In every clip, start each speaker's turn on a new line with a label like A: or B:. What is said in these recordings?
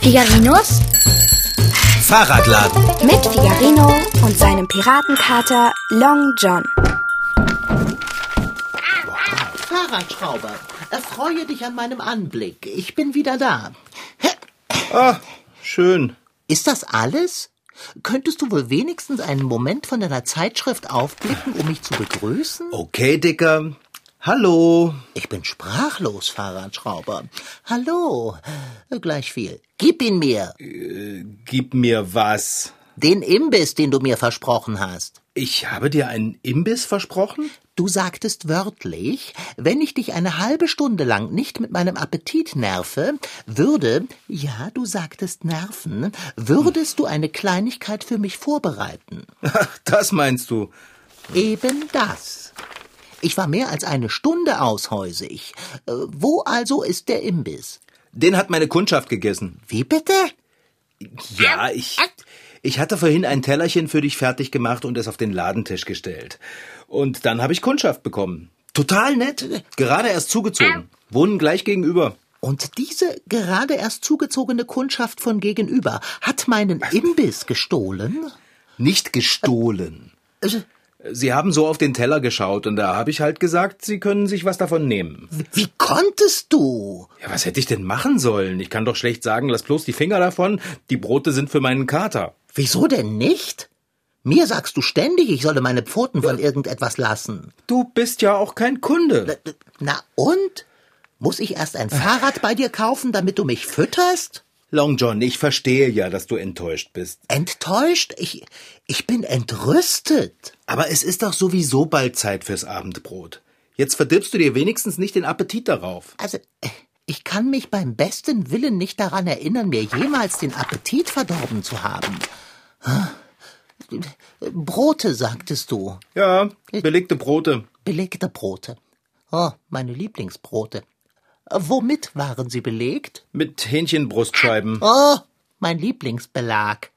A: Figarinos
B: Fahrradladen.
C: Mit Figarino und seinem Piratenkater Long John.
D: Fahrradschrauber, erfreue dich an meinem Anblick. Ich bin wieder da.
B: Ah, schön.
D: Ist das alles? Könntest du wohl wenigstens einen Moment von deiner Zeitschrift aufblicken, um mich zu begrüßen?
B: Okay, Dicker. Hallo.
D: Ich bin sprachlos, Fahrradschrauber. Hallo. Gleich viel. Gib ihn mir.
B: Gib mir was.
D: Den Imbiss, den du mir versprochen hast.
B: Ich habe dir einen Imbiss versprochen?
D: Du sagtest wörtlich, wenn ich dich eine halbe Stunde lang nicht mit meinem Appetit nerve, würde, ja, du sagtest nerven, würdest du eine Kleinigkeit für mich vorbereiten.
B: Ach, das meinst du.
D: Eben das. Ich war mehr als eine Stunde aushäusig. Äh, Wo also ist der Imbiss?
B: Den hat meine Kundschaft gegessen.
D: Wie bitte?
B: Ja, ich. Ich hatte vorhin ein Tellerchen für dich fertig gemacht und es auf den Ladentisch gestellt. Und dann habe ich Kundschaft bekommen. Total nett. Gerade erst zugezogen. Wohnen gleich gegenüber.
D: Und diese gerade erst zugezogene Kundschaft von gegenüber hat meinen Imbiss gestohlen? Äh,
B: Nicht gestohlen. Sie haben so auf den Teller geschaut und da habe ich halt gesagt, Sie können sich was davon nehmen.
D: Wie konntest du?
B: Ja, was hätte ich denn machen sollen? Ich kann doch schlecht sagen, lass bloß die Finger davon, die Brote sind für meinen Kater.
D: Wieso denn nicht? Mir sagst du ständig, ich solle meine Pfoten von irgendetwas lassen.
B: Du bist ja auch kein Kunde.
D: Na und? Muss ich erst ein Fahrrad bei dir kaufen, damit du mich fütterst?
B: Long John, ich verstehe ja, dass du enttäuscht bist.
D: Enttäuscht? Ich, ich bin entrüstet.
B: Aber es ist doch sowieso bald Zeit fürs Abendbrot. Jetzt verdirbst du dir wenigstens nicht den Appetit darauf.
D: Also, ich kann mich beim besten Willen nicht daran erinnern, mir jemals den Appetit verdorben zu haben. Brote, sagtest du.
B: Ja, belegte Brote.
D: Belegte Brote. Oh, meine Lieblingsbrote. Womit waren sie belegt?
B: Mit Hähnchenbrustscheiben.
D: Oh, mein Lieblingsbelag.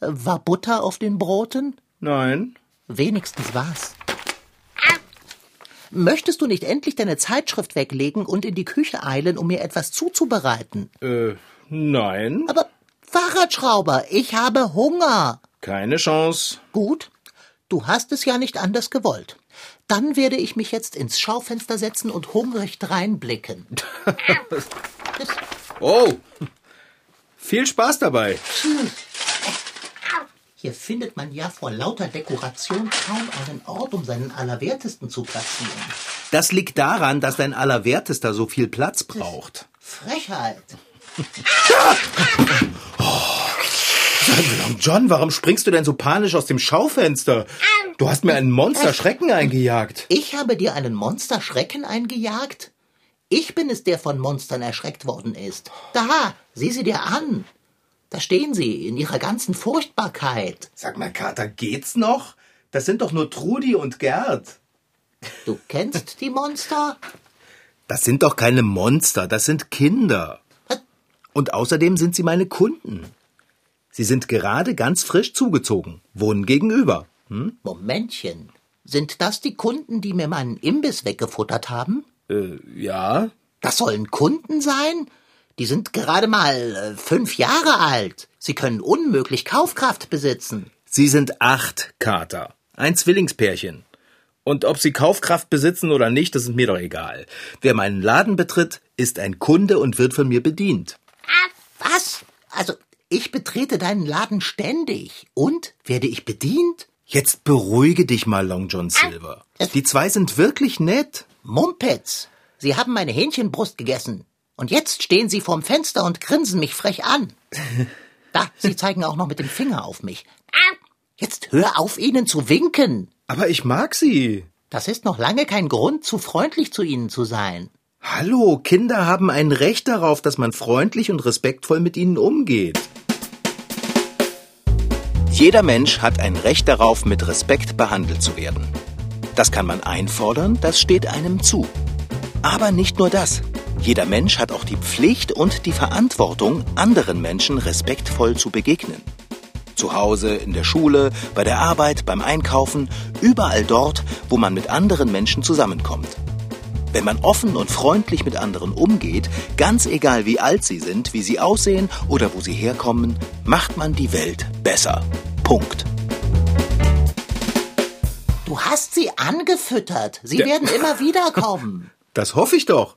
D: War Butter auf den Broten?
B: Nein.
D: Wenigstens war's. Möchtest du nicht endlich deine Zeitschrift weglegen und in die Küche eilen, um mir etwas zuzubereiten?
B: Äh, nein.
D: Aber Fahrradschrauber, ich habe Hunger.
B: Keine Chance.
D: Gut, du hast es ja nicht anders gewollt. Dann werde ich mich jetzt ins Schaufenster setzen und hungrig dreinblicken.
B: Oh! Viel Spaß dabei.
D: Hier findet man ja vor lauter Dekoration kaum einen Ort, um seinen Allerwertesten zu platzieren.
B: Das liegt daran, dass dein Allerwertester so viel Platz braucht.
D: Frechheit.
B: John, warum springst du denn so panisch aus dem Schaufenster? Du hast mir einen Monsterschrecken eingejagt.
D: Ich habe dir einen Monsterschrecken eingejagt? Ich bin es, der von Monstern erschreckt worden ist. Da, sieh sie dir an. Da stehen sie in ihrer ganzen Furchtbarkeit.
B: Sag mal, Kater, geht's noch? Das sind doch nur Trudi und Gerd.
D: Du kennst die Monster?
B: Das sind doch keine Monster, das sind Kinder. Und außerdem sind sie meine Kunden. Sie sind gerade ganz frisch zugezogen, wohnen gegenüber.
D: Momentchen. Sind das die Kunden, die mir meinen Imbiss weggefuttert haben?
B: Äh, ja?
D: Das sollen Kunden sein? Die sind gerade mal äh, fünf Jahre alt. Sie können unmöglich Kaufkraft besitzen.
B: Sie sind acht Kater. Ein Zwillingspärchen. Und ob sie Kaufkraft besitzen oder nicht, das ist mir doch egal. Wer meinen Laden betritt, ist ein Kunde und wird von mir bedient.
D: Was? Also, ich betrete deinen Laden ständig. Und? Werde ich bedient?
B: Jetzt beruhige dich mal, Long John Silver. Die zwei sind wirklich nett.
D: Mumpitz, Sie haben meine Hähnchenbrust gegessen. Und jetzt stehen Sie vorm Fenster und grinsen mich frech an. Da, Sie zeigen auch noch mit dem Finger auf mich. Jetzt hör auf, Ihnen zu winken.
B: Aber ich mag sie.
D: Das ist noch lange kein Grund, zu freundlich zu Ihnen zu sein.
B: Hallo, Kinder haben ein Recht darauf, dass man freundlich und respektvoll mit ihnen umgeht. Jeder Mensch hat ein Recht darauf, mit Respekt behandelt zu werden. Das kann man einfordern, das steht einem zu. Aber nicht nur das. Jeder Mensch hat auch die Pflicht und die Verantwortung, anderen Menschen respektvoll zu begegnen. Zu Hause, in der Schule, bei der Arbeit, beim Einkaufen, überall dort, wo man mit anderen Menschen zusammenkommt. Wenn man offen und freundlich mit anderen umgeht, ganz egal wie alt sie sind, wie sie aussehen oder wo sie herkommen, macht man die Welt besser. Punkt.
D: Du hast sie angefüttert. Sie werden immer wiederkommen.
B: Das hoffe ich doch.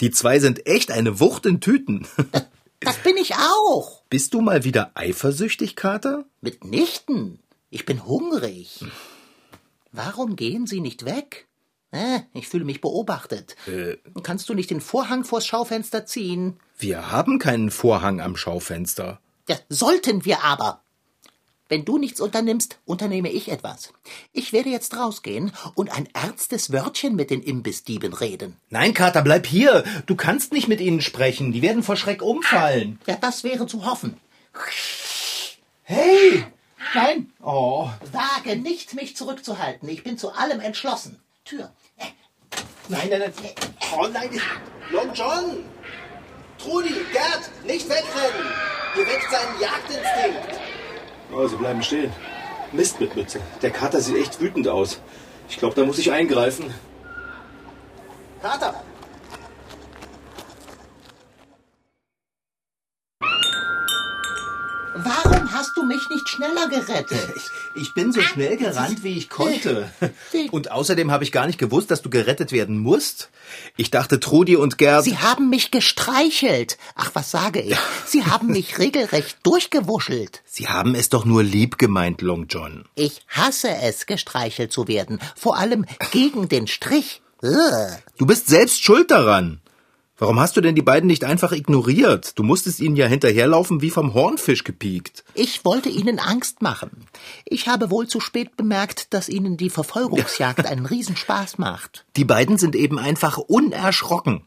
B: Die zwei sind echt eine Wucht in Tüten.
D: Das bin ich auch.
B: Bist du mal wieder eifersüchtig, Kater?
D: Mitnichten. Ich bin hungrig. Warum gehen sie nicht weg? Äh, ich fühle mich beobachtet. Kannst du nicht den Vorhang vors Schaufenster ziehen?
B: Wir haben keinen Vorhang am Schaufenster.
D: Ja, sollten wir aber. Wenn du nichts unternimmst, unternehme ich etwas. Ich werde jetzt rausgehen und ein ernstes Wörtchen mit den Imbissdieben reden.
B: Nein, Kater, bleib hier. Du kannst nicht mit ihnen sprechen. Die werden vor Schreck umfallen.
D: Ja, das wäre zu hoffen.
B: Hey! Nein! Oh.
D: Wage nicht, mich zurückzuhalten. Ich bin zu allem entschlossen. Tür.
B: Nein, nein, nein. Oh nein. Long John! Trudi, Gerd, nicht wegrennen! Ihr weckt seinen Jagdinstinkt!
A: Oh, sie bleiben stehen. Mist mit Mütze. Der Kater sieht echt wütend aus. Ich glaube, da muss ich eingreifen.
B: Kater!
D: Warum hast du mich nicht schneller gerettet?
B: Ich bin so schnell gerannt, wie ich konnte. Und außerdem habe ich gar nicht gewusst, dass du gerettet werden musst. Ich dachte, Trudi und Gerd.
D: Sie haben mich gestreichelt. Ach, was sage ich? Sie haben mich regelrecht durchgewuschelt.
B: Sie haben es doch nur lieb gemeint, Long John.
D: Ich hasse es, gestreichelt zu werden. Vor allem gegen den Strich. Ugh.
B: Du bist selbst schuld daran. Warum hast du denn die beiden nicht einfach ignoriert? Du musstest ihnen ja hinterherlaufen wie vom Hornfisch gepiekt.
D: Ich wollte ihnen Angst machen. Ich habe wohl zu spät bemerkt, dass ihnen die Verfolgungsjagd einen Riesenspaß macht.
B: Die beiden sind eben einfach unerschrocken.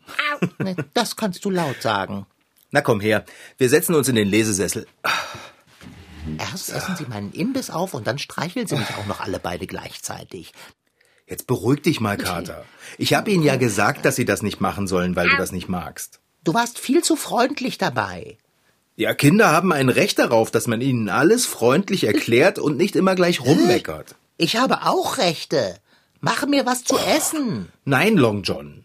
D: Ne, Das kannst du laut sagen.
B: Na komm her, wir setzen uns in den Lesesessel.
D: Erst essen sie meinen Imbiss auf und dann streicheln sie mich auch noch alle beide gleichzeitig.
B: Jetzt beruhig dich mal, Kater. Ich habe ihnen ja gesagt, dass sie das nicht machen sollen, weil du das nicht magst.
D: Du warst viel zu freundlich dabei.
B: Ja, Kinder haben ein Recht darauf, dass man ihnen alles freundlich erklärt und nicht immer gleich rummeckert.
D: Ich habe auch Rechte. Mach mir was zu essen.
B: Nein, Long John.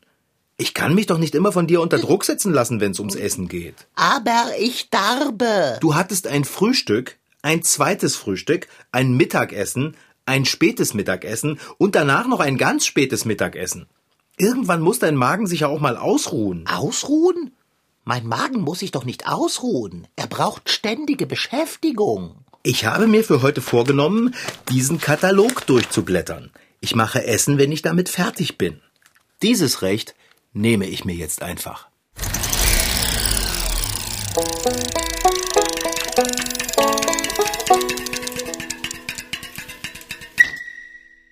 B: Ich kann mich doch nicht immer von dir unter Druck setzen lassen, wenn es ums Essen geht.
D: Aber ich darbe.
B: Du hattest ein Frühstück, ein zweites Frühstück, ein Mittagessen, ein spätes Mittagessen und danach noch ein ganz spätes Mittagessen. Irgendwann muss dein Magen sich ja auch mal ausruhen.
D: Ausruhen? Mein Magen muss sich doch nicht ausruhen. Er braucht ständige Beschäftigung.
B: Ich habe mir für heute vorgenommen, diesen Katalog durchzublättern. Ich mache Essen, wenn ich damit fertig bin. Dieses Recht nehme ich mir jetzt einfach.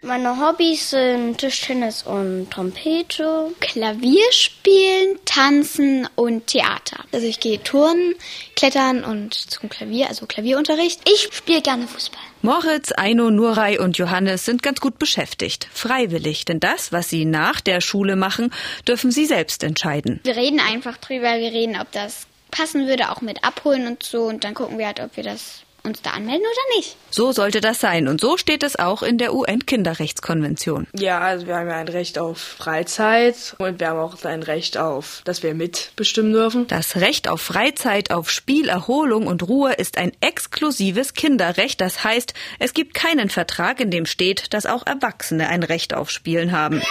E: Meine Hobbys sind Tischtennis und Trompete. Klavier spielen, tanzen und Theater. Also ich gehe turnen, klettern und zum Klavier, also Klavierunterricht. Ich spiele gerne Fußball.
F: Moritz, Aino, Nuray und Johannes sind ganz gut beschäftigt. Freiwillig, denn das, was sie nach der Schule machen, dürfen sie selbst entscheiden.
E: Wir reden einfach drüber, wir reden, ob das passen würde, auch mit abholen und so. Und dann gucken wir halt, ob wir das uns da anmelden oder nicht.
F: So sollte das sein und so steht es auch in der UN-Kinderrechtskonvention.
G: Ja, also wir haben ja ein Recht auf Freizeit und wir haben auch ein Recht auf, dass wir mitbestimmen dürfen.
F: Das Recht auf Freizeit, auf Spiel, Erholung und Ruhe ist ein exklusives Kinderrecht. Das heißt, es gibt keinen Vertrag, in dem steht, dass auch Erwachsene ein Recht auf Spielen haben.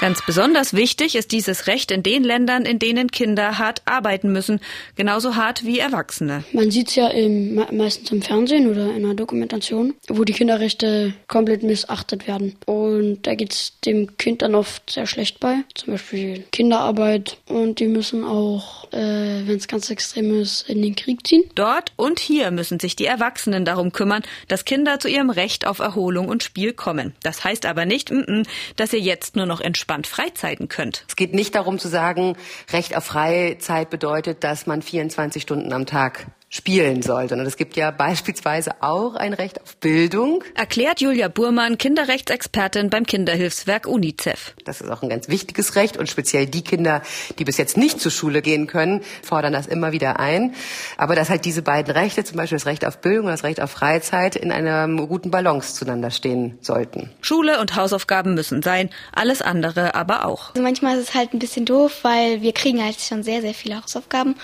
F: Ganz besonders wichtig ist dieses Recht in den Ländern, in denen Kinder hart arbeiten müssen, genauso hart wie Erwachsene.
H: Man sieht es ja im, me- meistens im Fernsehen oder in einer Dokumentation, wo die Kinderrechte komplett missachtet werden. Und da geht es dem Kind dann oft sehr schlecht bei. Zum Beispiel Kinderarbeit. Und die müssen auch, äh, wenn es ganz extrem ist, in den Krieg ziehen.
F: Dort und hier müssen sich die Erwachsenen darum kümmern, dass Kinder zu ihrem Recht auf Erholung und Spiel kommen. Das heißt aber nicht, mm -mm, dass ihr jetzt nur noch entspannt Freizeiten könnt.
I: Es geht nicht darum zu sagen, Recht auf Freizeit bedeutet, dass man 24 Stunden am Tag spielen sollte. Und es gibt ja beispielsweise auch ein Recht auf Bildung.
F: Erklärt Julia Burmann, Kinderrechtsexpertin beim Kinderhilfswerk UNICEF.
I: Das ist auch ein ganz wichtiges Recht und speziell die Kinder, die bis jetzt nicht zur Schule gehen können, fordern das immer wieder ein. Aber dass halt diese beiden Rechte, zum Beispiel das Recht auf Bildung und das Recht auf Freizeit, in einer guten Balance zueinander stehen sollten.
F: Schule und Hausaufgaben müssen sein, alles andere aber auch.
E: Also manchmal ist es halt ein bisschen doof, weil wir kriegen halt schon sehr, sehr viele Hausaufgaben.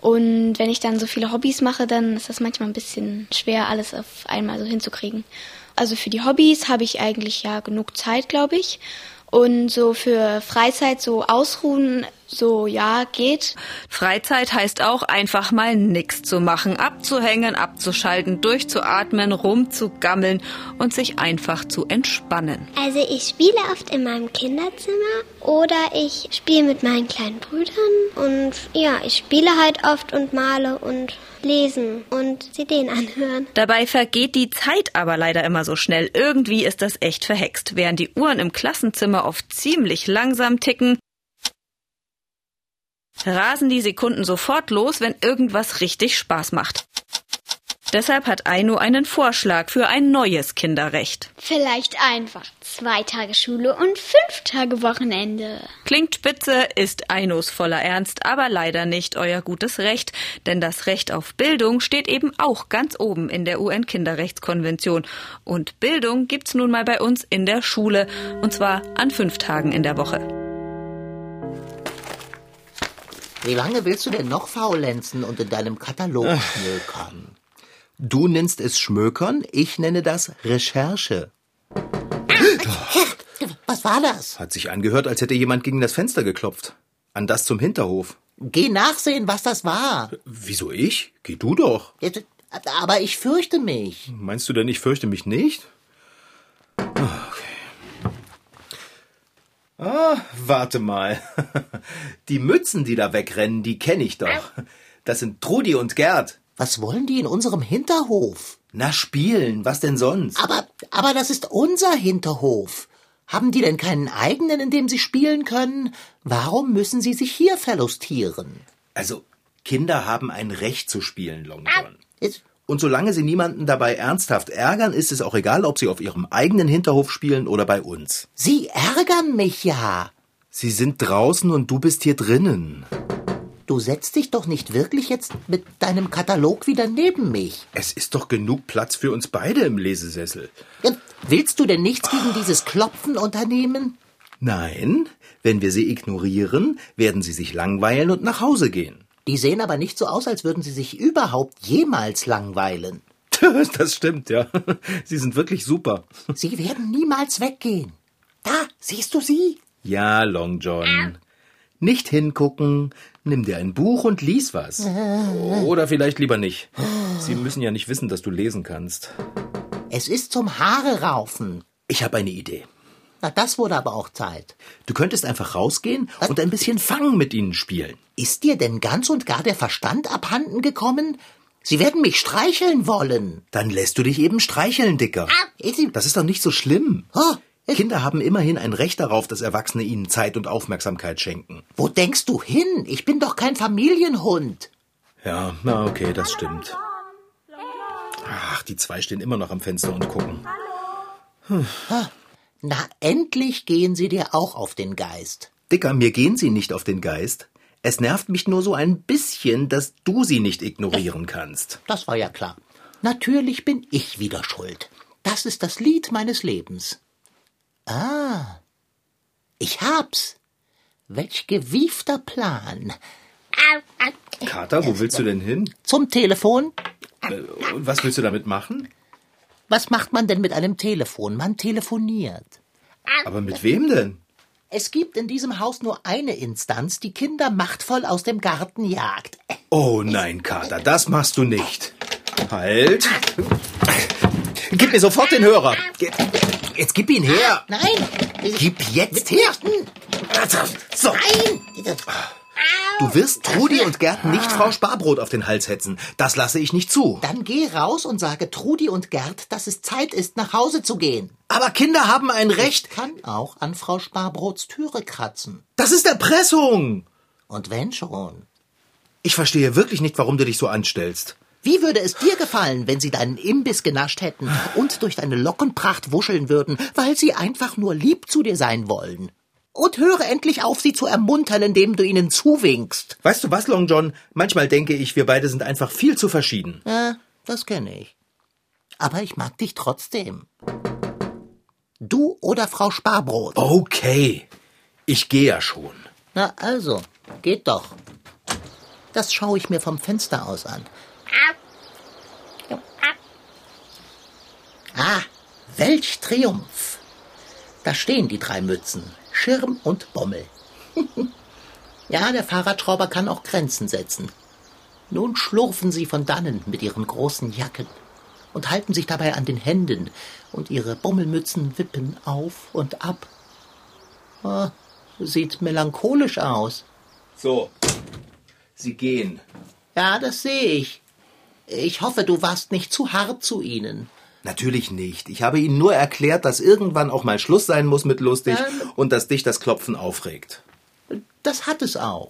E: Und wenn ich dann so viele Hobbys mache, dann ist das manchmal ein bisschen schwer, alles auf einmal so hinzukriegen. Also für die Hobbys habe ich eigentlich ja genug Zeit, glaube ich. Und so für Freizeit, so ausruhen, so ja, geht.
F: Freizeit heißt auch einfach mal nichts zu machen, abzuhängen, abzuschalten, durchzuatmen, rumzugammeln und sich einfach zu entspannen.
J: Also ich spiele oft in meinem Kinderzimmer oder ich spiele mit meinen kleinen Brüdern und ja, ich spiele halt oft und male und lesen und CDen anhören.
F: Dabei vergeht die Zeit aber leider immer so schnell. Irgendwie ist das echt verhext. Während die Uhren im Klassenzimmer oft ziemlich langsam ticken, rasen die Sekunden sofort los, wenn irgendwas richtig Spaß macht. Deshalb hat Aino einen Vorschlag für ein neues Kinderrecht.
E: Vielleicht einfach zwei Tage Schule und fünf Tage Wochenende.
F: Klingt spitze, ist Ainos voller Ernst, aber leider nicht euer gutes Recht, denn das Recht auf Bildung steht eben auch ganz oben in der UN-Kinderrechtskonvention. Und Bildung gibt's nun mal bei uns in der Schule, und zwar an fünf Tagen in der Woche.
D: Wie lange willst du denn noch faulenzen und in deinem Katalog schmökern? Du nennst es Schmökern, ich nenne das Recherche. Was war das?
B: Hat sich angehört, als hätte jemand gegen das Fenster geklopft. An das zum Hinterhof.
D: Geh nachsehen, was das war.
B: Wieso ich? Geh du doch.
D: Jetzt- Aber ich fürchte mich.
B: Meinst du denn, ich fürchte mich nicht? Okay. Ah, warte mal. Die Mützen, die da wegrennen, die kenne ich doch. Das sind Trudi und Gerd.
D: Was wollen die in unserem Hinterhof?
B: Na, spielen, was denn sonst?
D: Aber, aber das ist unser Hinterhof. Haben die denn keinen eigenen, in dem sie spielen können? Warum müssen sie sich hier verlustieren?
B: Also, Kinder haben ein Recht zu spielen, Long John.
D: Jetzt-
B: Und solange sie niemanden dabei ernsthaft ärgern, ist es auch egal, ob sie auf ihrem eigenen Hinterhof spielen oder bei uns.
D: Sie ärgern mich ja.
B: Sie sind draußen und du bist hier drinnen.
D: Du setzt dich doch nicht wirklich jetzt mit deinem Katalog wieder neben mich.
B: Es ist doch genug Platz für uns beide im Lesesessel.
D: Jetzt Willst du denn nichts gegen dieses Klopfen unternehmen?
B: Nein, wenn wir sie ignorieren, werden sie sich langweilen und nach Hause gehen.
D: Die sehen aber nicht so aus, als würden sie sich überhaupt jemals langweilen.
B: Das stimmt, ja. Sie sind wirklich super.
D: Sie werden niemals weggehen. Da, siehst du sie?
B: Ja, Long John. Nicht hingucken. Nimm dir ein Buch und lies was. Oder vielleicht lieber nicht. Sie müssen ja nicht wissen, dass du lesen kannst.
D: Es ist zum Haare raufen.
B: Ich habe eine Idee.
D: Na, das wurde aber auch Zeit.
B: Du könntest einfach rausgehen und ein bisschen Fangen mit ihnen spielen.
D: Ist dir denn ganz und gar der Verstand abhanden gekommen? Sie werden mich streicheln wollen.
B: Dann lässt du dich eben streicheln, Dicker. Das ist doch nicht so schlimm.
D: Ah.
B: Kinder haben immerhin ein Recht darauf, dass Erwachsene ihnen Zeit und Aufmerksamkeit schenken.
D: Wo denkst du hin? Ich bin doch kein Familienhund.
B: Ja, na okay, das stimmt. Ach, die zwei stehen immer noch am Fenster und gucken.
D: Na, endlich gehen sie dir auch auf den Geist.
B: Dicker, mir gehen sie nicht auf den Geist. Es nervt mich nur so ein bisschen, dass du sie nicht ignorieren kannst.
D: Das war ja klar. Natürlich bin ich wieder schuld. Das ist das Lied meines Lebens. Ah, ich hab's. Welch gewiefter Plan.
B: Kater, wo willst du denn hin?
D: Zum Telefon?
B: Und was willst du damit machen?
D: Was macht man denn mit einem Telefon? Man telefoniert.
B: Aber mit wem denn?
D: Es gibt in diesem Haus nur eine Instanz, die Kinder machtvoll aus dem Garten jagt.
B: Oh nein, Kater, das machst du nicht. Halt. Gib mir sofort den Hörer. Jetzt gib ihn her.
D: Nein!
B: Gib jetzt her. So.
D: Nein!
B: Du wirst Trudi und Gerd nicht Frau Sparbrot auf den Hals hetzen. Das lasse ich nicht zu.
D: Dann geh raus und sage Trudi und Gerd, dass es Zeit ist, nach Hause zu gehen.
B: Aber Kinder haben ein Recht.
D: Kann auch an Frau Sparbrots Türe kratzen.
B: Das ist Erpressung.
D: Und wenn schon.
B: Ich verstehe wirklich nicht, warum du dich so anstellst.
D: Wie würde es dir gefallen, wenn sie deinen Imbiss genascht hätten und durch deine Lockenpracht wuscheln würden, weil sie einfach nur lieb zu dir sein wollen? Und höre endlich auf, sie zu ermuntern, indem du ihnen zuwinkst.
B: Weißt du was, Long John? Manchmal denke ich, wir beide sind einfach viel zu verschieden.
D: Ja, das kenne ich. Aber ich mag dich trotzdem. Du oder Frau Sparbrot?
B: Okay, ich gehe ja schon.
D: Na also, geht doch. Das schaue ich mir vom Fenster aus an. Ah, welch Triumph! Da stehen die drei Mützen, Schirm und Bommel. ja, der Fahrradschrauber kann auch Grenzen setzen. Nun schlurfen sie von dannen mit ihren großen Jacken und halten sich dabei an den Händen und ihre Bommelmützen wippen auf und ab. Ah, sieht melancholisch aus.
B: So, sie gehen.
D: Ja, das sehe ich. Ich hoffe, du warst nicht zu hart zu ihnen.
B: Natürlich nicht. Ich habe Ihnen nur erklärt, dass irgendwann auch mal Schluss sein muss mit lustig
D: Ähm.
B: und dass dich das Klopfen aufregt.
D: Das hat es auch.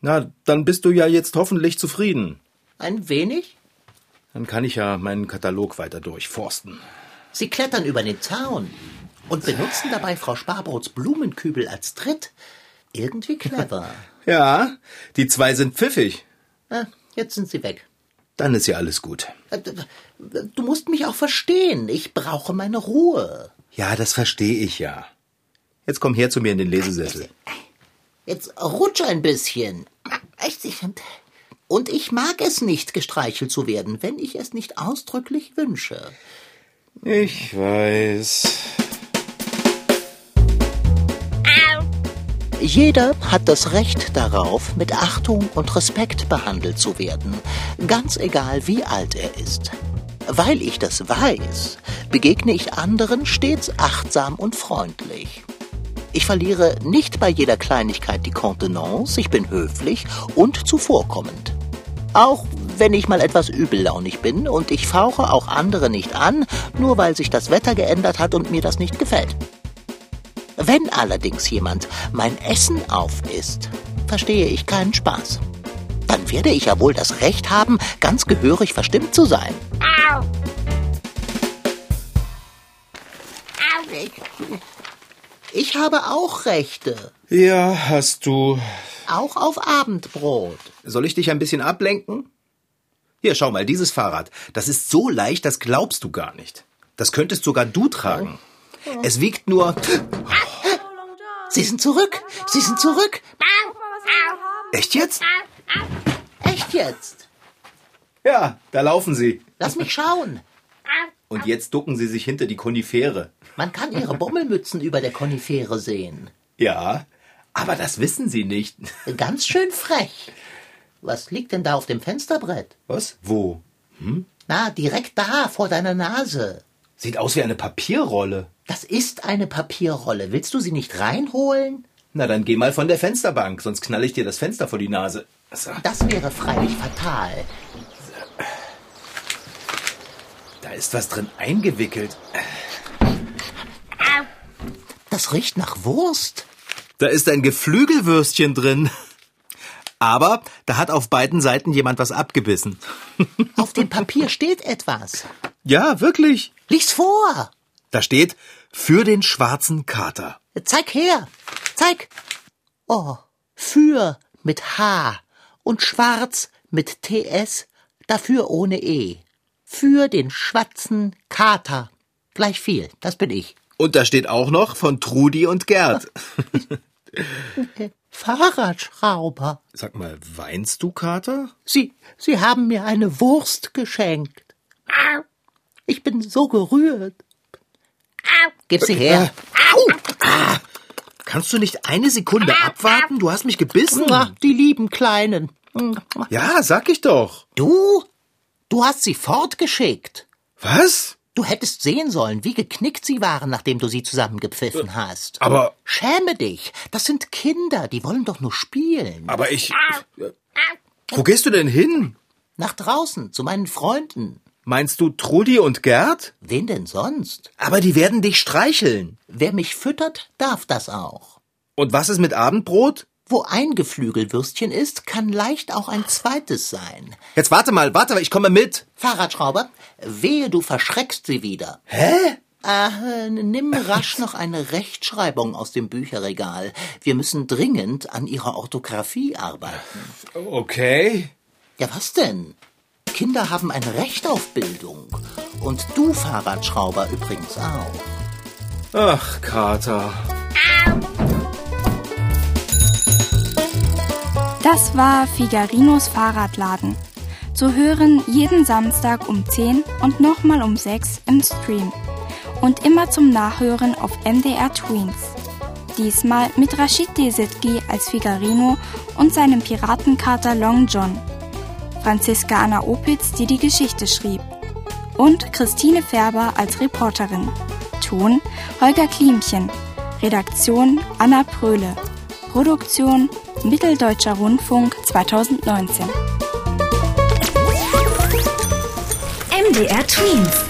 B: Na, dann bist du ja jetzt hoffentlich zufrieden.
D: Ein wenig?
B: Dann kann ich ja meinen Katalog weiter durchforsten.
D: Sie klettern über den Zaun und benutzen dabei Frau Sparbrots Blumenkübel als Tritt. Irgendwie clever.
B: Ja, die zwei sind pfiffig.
D: Ah, jetzt sind sie weg.
B: Dann ist ja alles gut.
D: Äh, d- d- Du musst mich auch verstehen. Ich brauche meine Ruhe.
B: Ja, das verstehe ich ja. Jetzt komm her zu mir in den Lesesessel.
D: Jetzt rutsch ein bisschen. Echt, ich- Und ich mag es nicht, gestreichelt zu werden, wenn ich es nicht ausdrücklich wünsche.
B: Ich weiß.
D: Jeder hat das Recht darauf, mit Achtung und Respekt behandelt zu werden, ganz egal wie alt er ist. Weil ich das weiß, begegne ich anderen stets achtsam und freundlich. Ich verliere nicht bei jeder Kleinigkeit die Kontenance, ich bin höflich und zuvorkommend. Auch wenn ich mal etwas übellaunig bin und ich fauche auch andere nicht an, nur weil sich das Wetter geändert hat und mir das nicht gefällt. Wenn allerdings jemand mein Essen aufisst, verstehe ich keinen Spaß. Dann werde ich ja wohl das Recht haben, ganz gehörig verstimmt zu sein. Ich habe auch Rechte,
B: Ja, hast du.
D: auch auf Abendbrot.
B: Soll ich dich ein bisschen ablenken? Hier, schau mal, dieses Fahrrad. Das ist so leicht, das glaubst du gar nicht. Das könntest sogar du tragen. Es wiegt nur.
D: Sie sind zurück, sie sind zurück.
B: Echt jetzt?
D: Echt jetzt?
B: Ja, da laufen sie.
D: Lass mich schauen.
B: Und jetzt ducken sie sich hinter die Konifere.
D: Man kann ihre Bommelmützen über der Konifere sehen.
B: Ja, aber das wissen sie nicht.
D: Ganz schön frech. Was liegt denn da auf dem Fensterbrett?
B: Was? Wo?
D: Na, direkt da, vor deiner Nase.
B: Sieht aus wie eine Papierrolle.
D: Das ist eine Papierrolle. Willst du sie nicht reinholen?
B: Na, dann geh mal von der Fensterbank, sonst knall ich dir das Fenster vor die Nase. So,
D: Das wäre freilich fatal.
B: da ist was drin eingewickelt.
D: Das riecht nach Wurst.
B: Da ist ein Geflügelwürstchen drin. Aber da hat auf beiden Seiten jemand was abgebissen.
D: Auf dem Papier steht etwas.
B: Ja, wirklich.
D: Lies vor.
B: Da steht für den schwarzen Kater.
D: Zeig her. Zeig. Oh, für mit H und schwarz mit TS, dafür ohne E. Für den schwarzen Kater. Gleich viel, das bin ich.
B: Und da steht auch noch von Trudi und Gerd.
D: Fahrradschrauber.
B: Sag mal, weinst du, Kater?
D: Sie, Sie haben mir eine Wurst geschenkt. Ich bin so gerührt. Gib sie her.
B: Kannst du nicht eine Sekunde abwarten? Du hast mich gebissen.
D: Mua, Die lieben Kleinen.
B: Ja, sag ich doch.
D: Du? Du hast sie fortgeschickt.
B: Was?
D: Du hättest sehen sollen, wie geknickt sie waren, nachdem du sie zusammengepfiffen hast.
B: Aber-
D: Schäme dich. Das sind Kinder, die wollen doch nur spielen.
B: Aber ich. äh, Wo gehst du denn hin?
D: Nach draußen, zu meinen Freunden.
B: Meinst du Trudi und Gerd?
D: Wen denn sonst?
B: Aber die werden dich streicheln.
D: Wer mich füttert, darf das auch.
B: Und was ist mit Abendbrot?
D: Wo ein Geflügelwürstchen ist, kann leicht auch ein zweites sein.
K: Jetzt warte mal, warte mal, ich komme mit.
D: Fahrradschrauber, wehe, du verschreckst sie wieder.
K: Hä?
D: Äh, nimm rasch noch eine Rechtschreibung aus dem Bücherregal. Wir müssen dringend an ihrer Orthographie arbeiten.
B: Okay.
D: Ja, was denn? Kinder haben ein Recht auf Bildung. Und du, Fahrradschrauber, übrigens auch.
B: Ach, Kater.
F: Das war Figarinos Fahrradladen. Zu hören jeden Samstag um 10 und nochmal um 6 im Stream. Und immer zum Nachhören auf MDR Twins. Diesmal mit Rashid Desetki als Figarino und seinem Piratenkater Long John. Franziska Anna Opitz, die die Geschichte schrieb. Und Christine Färber als Reporterin. Ton Holger Klimchen. Redaktion Anna Pröhle. Produktion Mitteldeutscher Rundfunk 2019.
C: MDR Twins.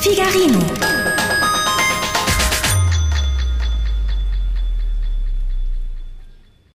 C: Figarino.